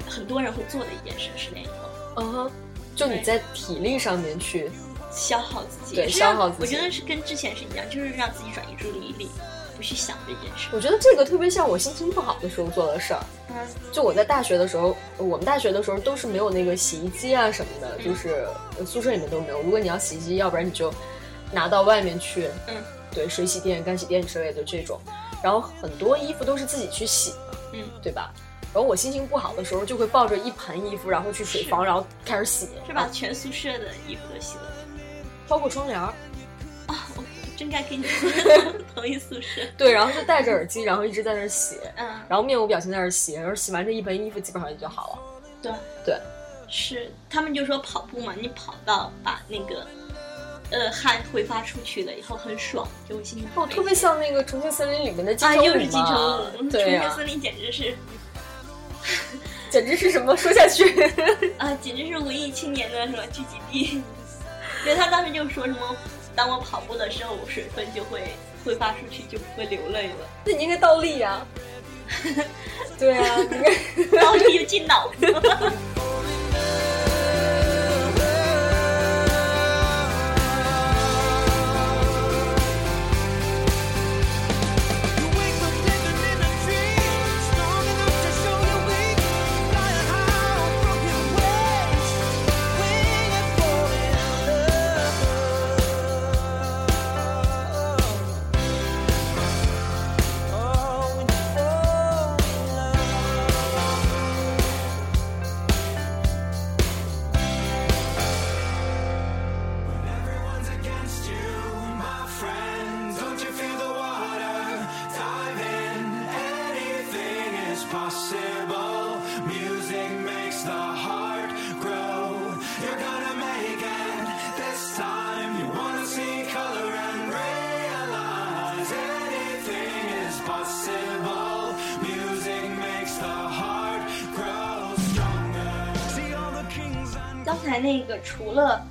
很多人会做的一件事，是那种
嗯哼，就你
对
在体力上面去，
消耗自己，
对
是让
消耗自己
我觉得是跟之前是一样，就是让自己转移注意力，不去想这件事。
我觉得这个特别像我心情不好的时候做的事儿。
嗯
就我在大学的时候，我们大学的时候都是没有那个洗衣机啊什么的，
嗯
就是呃宿舍里面都没有。如果你要洗衣机，要不然你就拿到外面去，
嗯，
对，水洗店、干洗店之类的这种。然后很多衣服都是自己去洗的，
嗯，
对吧？然后我心情不好的时候，就会抱着一盆衣服，然后去水
是
房，然后开始洗，啊
是把？全宿舍的衣服都洗了
包括窗帘儿，
啊！我真该 跟你同一宿舍。
对，然后就戴着耳机，然后一直在那儿洗，
嗯，
然后面无表情在那儿洗，然后洗完这一盆衣服基本上也就好了。
对
对，
是他们就说跑步嘛，你跑到把那个呃汗挥发出去了以后很爽，就会心情好
哦，
一
特别
点
像那个《重庆森林》里面的金
啊，
城武
又是金城
嘛
武，重
对呀、啊
庆森林简直是
简直是什么说下去？
啊，简直是文艺青年的什么聚集地。因为他当时就说什么，当我跑步的时候，我水分就会挥发出去，就不会流泪了，
那你应该倒立呀、对呀、你 应该
然后就又进脑子了。
You wake up living in a dream, strong enough to show your weak, flying high on broken wings, winging for Oh, music makes the heart grow. You're gonna make it this time. You wanna see color and realize anything is possible. Music makes the heart grow stronger. See all the kings and
刚才那个除了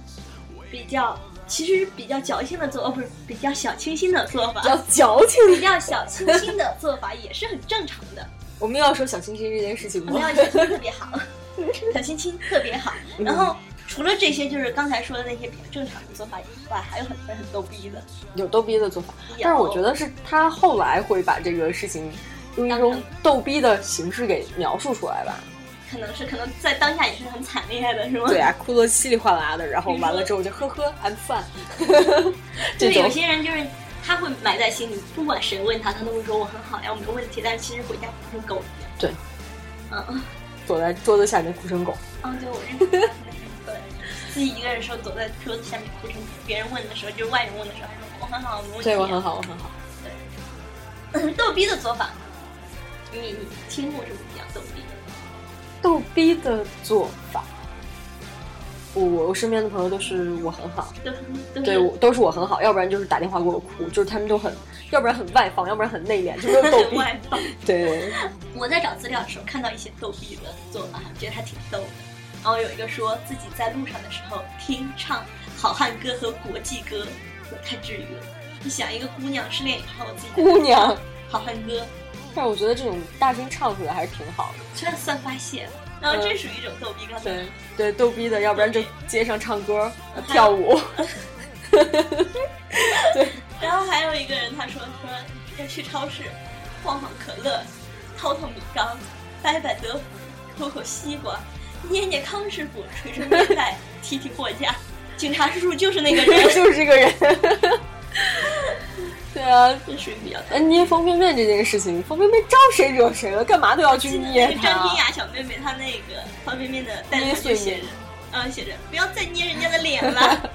比较，其实比较矫情的做，哦，不是比较小清新的做法
比，较矫情。
比较小清新的做法也是很正常的。
我们又要说小清新这件事情
我们
吗？
要小清新特别好，小清新特别好。
嗯
然后除了这些，就是刚才说的那些比较正常的做法以外，还有很多很逗逼的。
有逗逼的做法，
有
但是我觉得是他后来会把这个事情用一种逗逼的形式给描述出来吧。
可能是可能在当下也是很惨烈的，是吗？
对啊，哭得稀里哗啦的，然后完了之后就呵呵，I'm fine，
就
这
有
种
些人就是他会埋在心里，不管谁问他，他都会说我很好呀，我没有问题。但是其实回家哭成狗一样。
对，
嗯，
躲在桌子下面哭成狗。
哦，对，我 认识那种对，自己一个人的时候躲在桌子下面哭成狗，别人问的时候，就是外人问的时候，还说我很好，我没问题。啊
对我很。好，我很好。
逗逼的做法，你你听过什么比较逗逼的？
逗逼的做法，我我我身边的朋友都是我很好，
都是都是
对，我都是我很好，要不然就是打电话给我哭，就是他们都很，要不然很外放，要不然很内敛，就是逗逼。
外放。
对对
我在找资料的时候看到一些逗逼的做法，觉得还挺逗的。然后有一个说自己在路上的时候听唱好汉歌和国际歌，太治愈了。你想一个姑娘失恋以后，自己在
姑娘，
好汉歌，
但是我觉得这种大声唱出来还是挺好的。
虽然算发泄，然后这属于一种逗逼。刚才
嗯对对，逗逼的，要不然就街上唱
啊
歌、呃跳舞。
然后还有一个人他说说要去超市晃晃可乐，掏掏米缸，掰掰德芙，抠抠西瓜，捏捏康师傅，捶捶面袋，踢踢货架。警察叔叔就是那个人，
就是这个人。对啊，
这属于比较
哎捏方便面这件事情，方便面招谁惹谁了？干嘛都要去
记得
捏
那个张
它
天？雅小妹妹，她那个方便面的袋子上
捏
就
碎
写
面
着，嗯，写着不要再捏人家的脸了。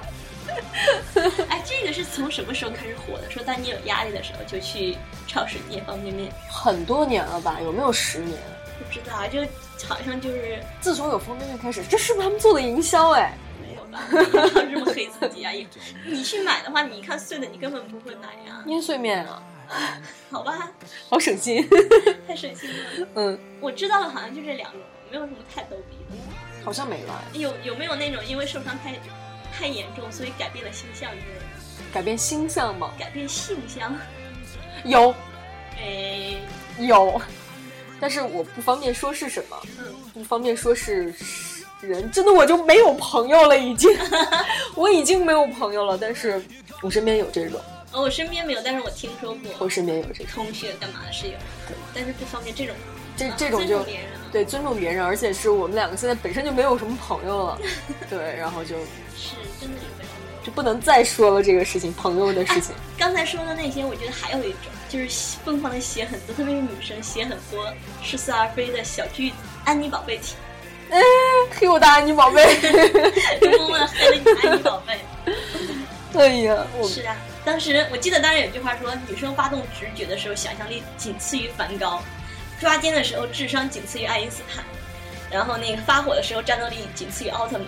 哎，这个是从什么时候开始火的？说当你有压力的时候，就去超市捏方便面。
很多年了吧？有没有十年？
不知道啊，就好像就是
自从有方便面开始，这是不是他们做的营销？哎，
没有 吧？经常这么黑自己啊！ 也你去买的话，你一看碎的，你根本不会买呀、
捏碎面啊，
好吧，
好省心。
太省心了。
嗯，
我知道的好像就这两种，没有什么太逗逼的。
好像没了。
有有没有那种因为受伤太太严重，所以改变了形象之类的？
改变星象吗？
改变性向，
有
哎，
有，但是我不方便说是什么，
嗯，
不方便说是人。真的，我就没有朋友 了，已经，我已经没有朋友了。但是我身边有这种，
哦，我身边没有，但是我听说
我
过
身边有这种。
同学干嘛的是有，但是不方便这种，
这
啊
这种就
尊重别人啊
对尊重别人，而且是我们两个现在本身就没有什么朋 友了，对，然后就是
真的有非常多。
就不能再说了这个事情，朋友的事情。
刚才说的那些，我觉得还有一种就是疯狂的写很多，特别是女生写很多似是而非的小句子，安妮宝贝体，
哎，嘿，我的安妮宝贝，
默默的黑了你安妮宝贝。
哎呀，我
是啊，当时我记得当时有句话说，女生发动直觉的时候，想象力仅次于梵高；抓奸的时候，智商仅次于爱因斯坦；然后那个发火的时候，战斗力仅次于奥特曼；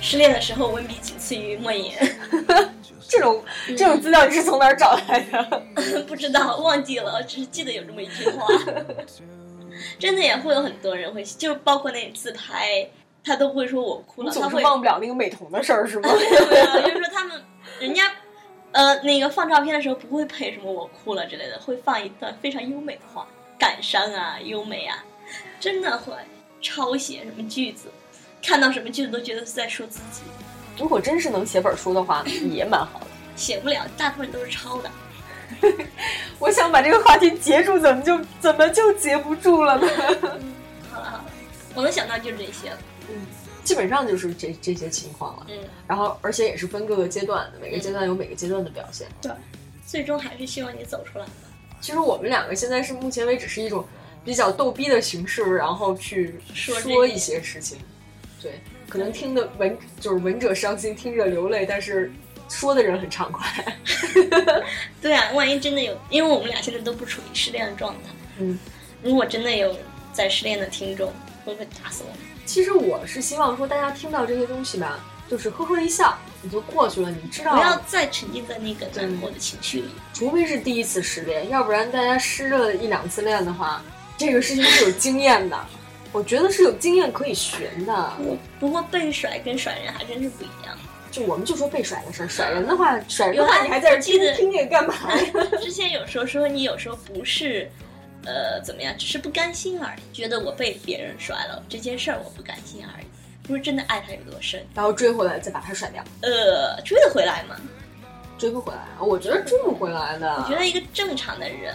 失恋的时候，文笔仅次于莫言。
这种这种资料你是从哪儿找来的？
不知道，忘记了，只是记得有这么一句 话。真的也会有很多人会，就包括那自拍，他都不会说我哭
你
了，
总
他
是
会
忘不了那个美瞳的事儿是吗？
对啊，就是说他们人家呃那个放照片的时候不会配什么我哭了之类的，会放一段非常优美的话，感伤啊，优美啊，真的会抄写什么句子，看到什么句子都觉得是在说自己，
如果真是能写本书的话，也蛮好的。
写不了，大部分都是抄的。
我想把这个话题截住，怎么就怎么就截不住了呢？
好了好了，我能想到就是这些了，
基本上就是这这些情况了。
嗯，
然后，而且也是分各个阶段的，每个阶段有每个阶段的表现。
对，最终还是希望你走出来。
其实我们两个现在是目前为止是一种比较逗逼的形式，然后去
说这
说
个
一些事情。对，可能听的闻就是闻者伤心，听着流泪，但是说的人很畅快。
对啊，万一真的有，因为我们俩现在都不处于失恋的状态。
嗯，
如果真的有在失恋的听众，会不会打死我们？
其实我是希望说，大家听到这些东西吧，就是呵呵一笑，你就过去了。你知
不要
道，
再沉浸在那个难过的情绪里。
除非是第一次失恋，要不然大家失了一两次恋的话，这个事情是有经验的。我觉得是有经验可以学的。
我不过被甩跟甩人还真是不一样。
就我们就说被甩的事儿，甩人的话，甩人的
有
话，
啊
你还在这儿
记得
听听这个干嘛呀？
之前有时候说你有时候不是，呃，怎么样，只是不甘心而已，觉得我被别人甩了这件事儿我不甘心而已，不是真的爱他有多深。
然后追回来再把他甩掉，
呃，追得回来吗？
追不回来。我觉得追不回来的。
我觉得一个正常的人，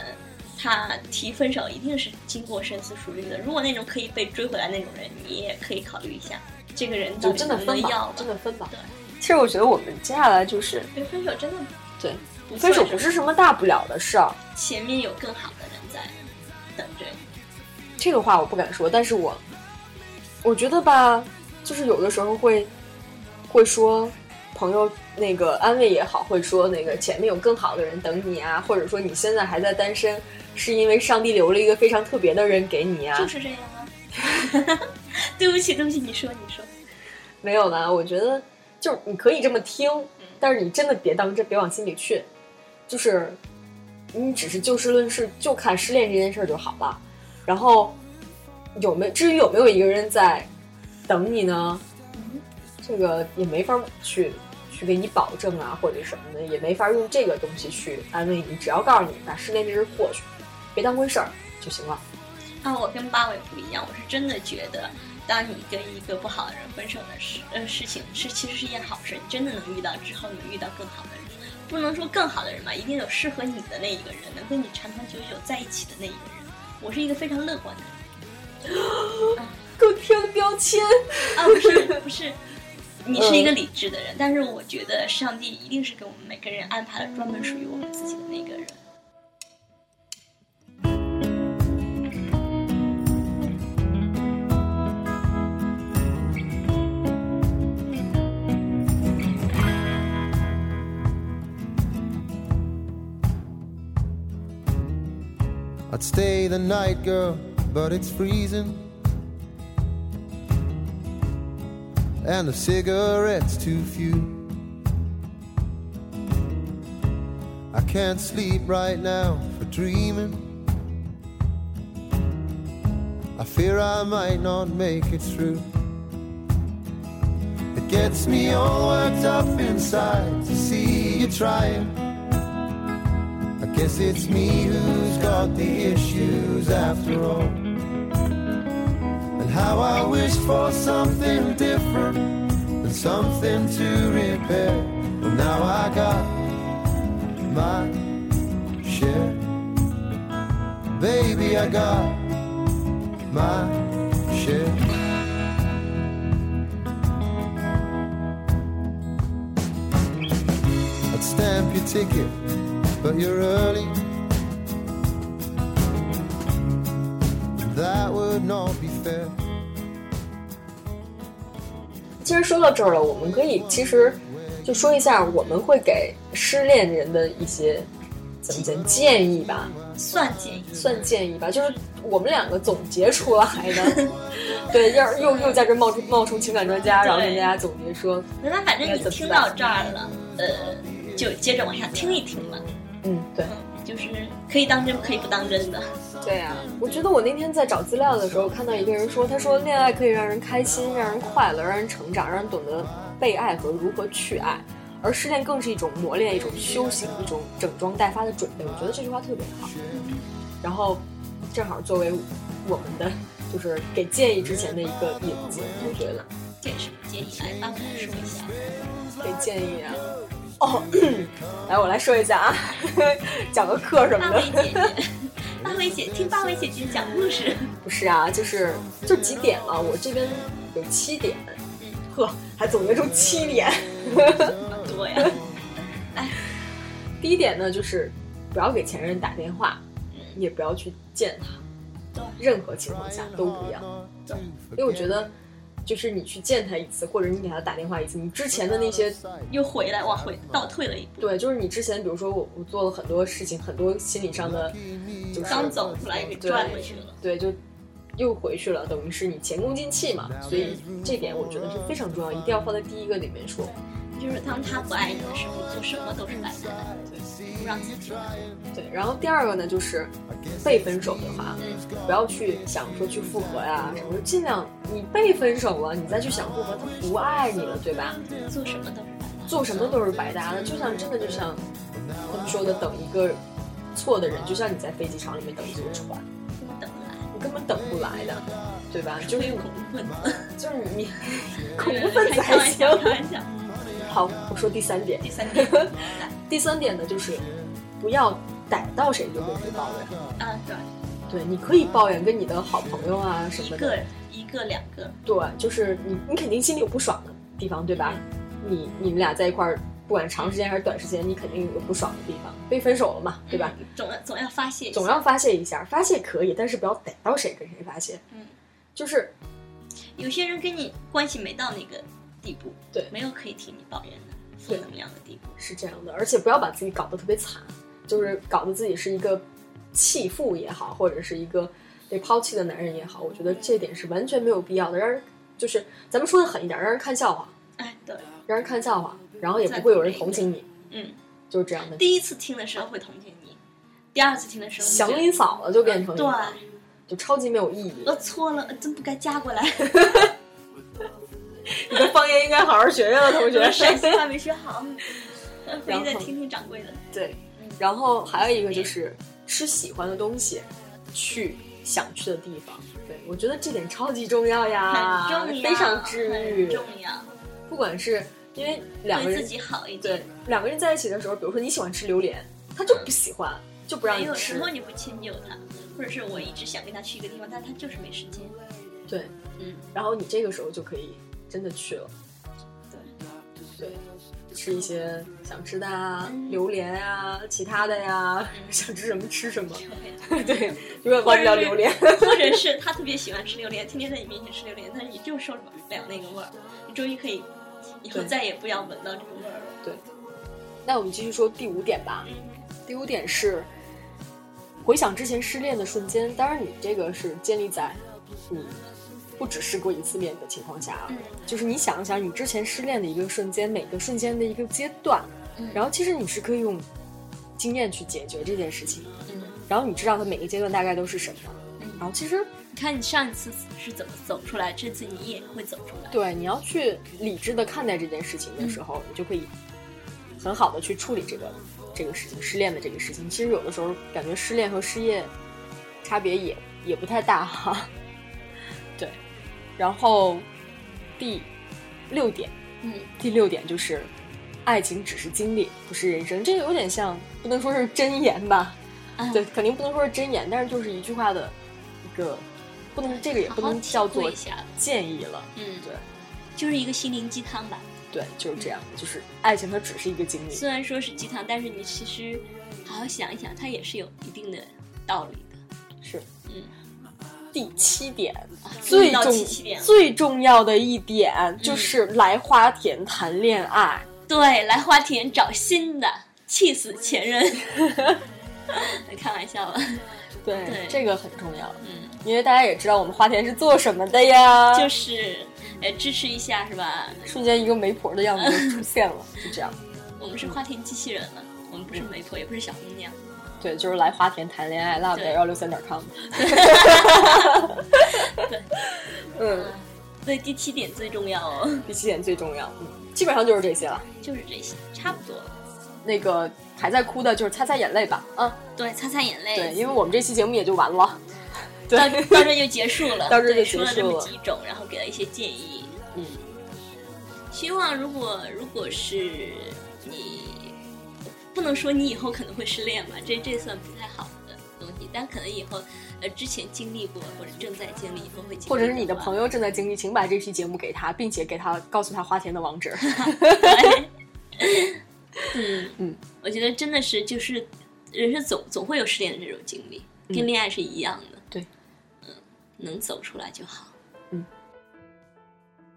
他提分手一定是经过深思熟虑的。如果那种可以被追回来那种人，你也可以考虑一下，这个人到
就
底
真
能
的
不
分
能要
吧
吧，
真的分吧。
对
其实我觉得我们接下来就是
对，分手真的
对
不
分手
算
不是什么大不了的事儿，
前面有更好的人在等着你。
这个话我不敢说，但是我我觉得吧，就是有的时候会会说朋友那个安慰也好，会说那个前面有更好的人等你啊，或者说你现在还在单身，是因为上帝留了一个非常特别的人给你啊，
就是这样啊。 对不起，对不起，你说，你说，
没有啦，我觉得就是你可以这么听，但是你真的别当真，别往心里去。就是你只是就事论事，就看失恋这件事儿就好了。然后有没至于有没有一个人在等你呢？嗯这个也没法去去给你保证啊，或者什么的，也没法用这个东西去安慰你。只要告诉你，把失恋这事儿过去，别当回事儿就行了。
啊，我跟八尾不一样，我是真的觉得，当你跟一个不好的人分手的事，呃，事情是其实是一件好事，你真的能遇到之后，你遇到更好的人，不能说更好的人吧，一定有适合你的那一个人，能跟你长长久久在一起的那一个人。我是一个非常乐观的人。
给我贴了标签，
啊，不是不是，你是一个理智的人，但是我觉得上帝一定是给我们每个人安排了专门属于我们自己的那个人。
I'd stay the night, girl, but it's freezing. And the cigarettes too few. I can't sleep right now for dreaming. I fear I might not make it through. It gets me all worked up inside to see you trying. I guess it's me who's got the issues after all. And how I wish for something different and something to repair. Well, now I got my share. Baby, I got my share. I'd stamp your ticket but you're early. That would not be fair.
其实说到这儿了，我们可以其实就说一下，我们会给失恋人的一些怎么讲建议吧，
算建议，
算建议吧，就是我们两个总结出来的。 对，要是又又在这冒出冒充情感专家，然后跟大家总结说，
那那反正你听到这儿了，呃，就接着往下听一听吧。
嗯，对，
嗯，就是可以当真，可以不当真的。
对呀、我觉得我那天在找资料的时候，看到一个人说，他说恋爱可以让人开心，让人快乐，让人成长，让人懂得被爱和如何去爱，而失恋更是一种磨练，一种修行，一种整装待发的准备。我觉得这句话特别好。然后，正好作为我们的就是给建议之前的一个引子，我觉得
这也是建议，来帮我来说一下。
给建议啊。哦， 来我来说一下啊， 讲个课什么
八
的
位。姐 姐，八位姐听八位姐姐讲故事，
不是啊，就是就几点了？我这边有七点，呵，还总结出七点。
好多呀。
第一点呢，就是不要给前任打电话，也不要去见他，
对
任何情况下 都不要。因为我觉得，就是你去见他一次，或者你给他打电话一次，你之前的那些
又回来往回倒退了一步，
对，就是你之前，比如说我我做了很多事情，很多心理上的就是
刚走出来给
对
拽回去了。
对，就又回去了，等于是你前功尽弃嘛。所以这点我觉得是非常重要，一定要放在第一个里面说。
就是当他不爱你的时候，做什么都是白搭的，对，不让自己
对，然后第二个呢，就是被分手的话，不要去想说去复合呀、什么，尽量你被分手了，你再去想复合，他不爱你了，对吧？
做什么都是白搭。
做什么都是白搭的，就像真的就像他们说的，等一个错的人，就像你在飞机场里面等一艘船，
等来，
你根本等不来的，对吧？就是
恐怖分子，
就是 你恐怖分子
开
还
玩
行
笑，。开玩笑。
好，我说第三点，
第三点，来
第三点呢就是不要逮到谁就跟谁抱怨。
啊，对，
对，你可以抱怨跟你的好朋友啊什么
一
的
个，一个两个，
对，就是你你肯定心里有不爽的地方，对吧？
嗯
你你们俩在一块儿，不管长时间还是短时间，你肯定有不爽的地方。被分手了嘛，对吧？
嗯？总要总要发泄一下，
总要发泄一下，发泄可以，但是不要逮到谁跟谁发泄。
嗯，
就是
有些人跟你关系没到那个地步，
对
没有可以听你抱怨的负
对
能量的地步。
是这样的，而且不要把自己搞得特别惨，就是搞得自己是一个弃妇也好，或者是一个被抛弃的男人也好，我觉得这点是完全没有必要的，让人就是咱们说的狠一点，让人看笑话，
哎，对，
让人看笑话，然后也不会有人同情你，
嗯，
就是这样的。
第一次听的时候会同情你，第二次听的时候
祥
你
林嫂了就变成一
对
个，就超级没 有意义
我。错了，呃真不该加过来，
你的方言应该好好学学了，同学。
陕 西话没学好，嗯回去再
然后
听听掌柜的。
对，然后还有一个就是吃喜欢的东西，去想去的地方。对，我觉得这点超级重要呀，
很重要，
啊非常治
很
愈。
重要，
不管是因为两个
对自
人
己好一点
对。两个人在一起的时候，比如说你喜欢吃榴莲，他就不喜欢，就不让
没
你
有时
吃
候。你不迁就他，或者是我一直想跟他去一个地方，但他就是没时间。
对，
嗯，
然后你这个时候就可以真的去了。
对，
对，吃一些想吃的啊，
嗯
榴莲啊，其他的呀，
嗯
想吃什么 吃什么。
OK
对，永远忘不了榴莲。
或者是他特别喜欢吃榴莲，天天在你面前吃榴莲，但是你就是受不了那个味儿，你终于可以以后
对
再也不要闻到这个味儿了。
那我们继续说第五点吧。第五点是回想之前失恋的瞬间，当然你这个是建立在你不只试过一次恋的情况下啊，
嗯
就是你想一想你之前失恋的一个瞬间，每个瞬间的一个阶段，
嗯
然后其实你是可以用经验去解决这件事情，
嗯，
然后你知道它每个阶段大概都是什么，
嗯
然后其实
你看你上一次是怎么走出来，这次你也会走出来。
对你要去理智的看待这件事情
嗯
的时候，你就可以很好的去处理这个这个事情，失恋的这个事情。其实有的时候感觉失恋和失业差别也也不太大哈。 对，然后第六点，
嗯，
第六点就是爱情只是经历，不是人生。这个有点像，不能说是箴言吧？
啊
对，肯定不能说是箴言，但是就是一句话的一个，不能这个也
好
不
好
能叫
体会
做
一下，
建议了。
嗯，
对，
就是一个心灵鸡汤吧。
对，就是这样的，就是爱情它只是一个经历。
虽然说是鸡汤，但是你其实好好想一想，它也是有一定的道理的。
是
嗯，
第七点，
啊终
最
于到
重
七七点了。嗯
最重要的一点就是来花田谈恋爱。
对，来花田找新的，气死前 任。 开玩笑吧，
对，
对
这个很重要，
嗯，
因为大家也知道我们花田是做什么的呀。
就是呃支持一下是吧？
瞬间一个媒婆的样子就出现了，就 这样。
我们是花田机器人了，我们不是
嗯
媒婆，也不是小姑娘。
对，就是来花田谈恋爱，love
对
幺六三点 com。
对，
嗯，
对，第七点最重要哦，
第七点最重要，嗯，基本上就是这些了。
就是这些，差不多了。
那个还在哭的，就是擦擦眼泪吧。啊，
对，擦擦眼泪。
对，因为我们这期节目也就完了。对
到 到这就结束了，
到这就
对
结
说了这么
束了
几种，然后给了一些建议。
嗯，
希望如果如果是你，不能说你以后可能会失恋吧，这这算不太好的东西，但可能以后呃之前经历过或者正在经历，以后会经历，
或者是你的朋
友，
友正在经历，请把这期节目给他，并且给他告诉他花田的网址。
对嗯
嗯，
我觉得真的是就是人生总总会有失恋的这种经历，跟
嗯
恋爱是一样的，
对，
嗯，能走出来就好。
嗯，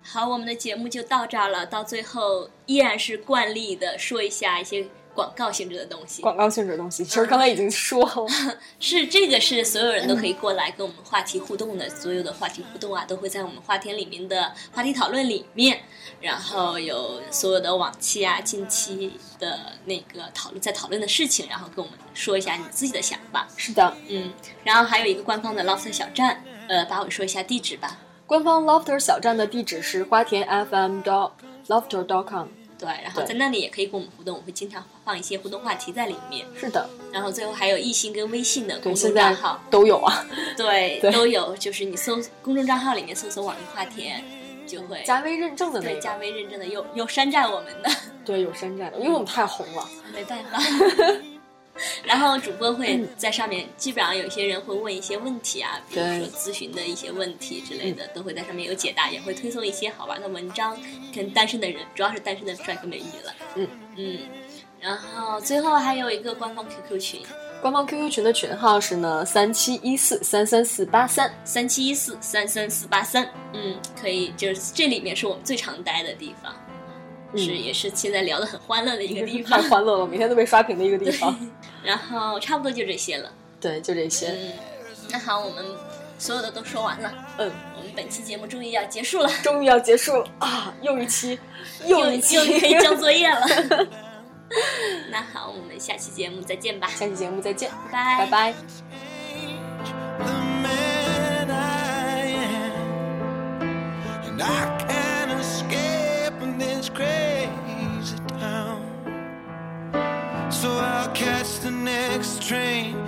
好，我们的节目就到这儿了。到最后依然是惯例的说一下一些广告性质的东西。
广告性质的东西，其实刚才已经说了，
是这个是所有人都可以过来跟我们话题互动的，所有的话题互动啊，都会在我们话天里面的话题讨论里面，然后有所有的往期啊、近期的那个讨论在讨论的事情，然后跟我们说一下你自己的想法。
是的，
嗯，然后还有一个官方的 Lofter 小站，呃，把我说一下地址吧。
官方 Lofter 小站的地址是花田 FM dot lofter dot com。
对，嗯然后
对
在那里也可以跟我们互动，我会经常放一些互动话题在里面。
是的，
然后最后还有艺兴跟微信的
对，
公
现
众
在
账号，
都有啊。
对，
对
都有，就是你搜公众账号里面搜索“网易花田”，就会
加微认证的那
对加
个，
微认证的，有有山寨我们 的，
对，有山寨的，因为我们太红了。
没办法。然后主播
嗯
会在上面，基本上有一些人会问一些问题啊，比如
对嗯
说咨询的一些问题之类的，都会在上面有解答，也会推送一些好玩的文章，跟单身的人，主要是单身的帅哥美女了。
嗯
嗯，然后最后还有一个官方 QQ 群
官方 QQ 群的群号是呢三七一四三三四八三，
三七一四三三四八三，嗯，可以，就是这里面是我们最常待的地方，
嗯
是也是现在聊得很欢乐的一个地
太
方。
欢乐了，每天都被刷屏的一个地方。
然后差不多就这些了。
对，就这些。
嗯，那好，我们所有的都说完了，
嗯，
我们本期节目终于要结束了，
终于要结束了啊！又一期，
又
又一期
又。可以交作业了。 那好，我们下期节目再见吧，
下期节目再见，
拜
拜
拜。
拜。
the man I am, and I can't escape in this crazy town. So I'll catch the next train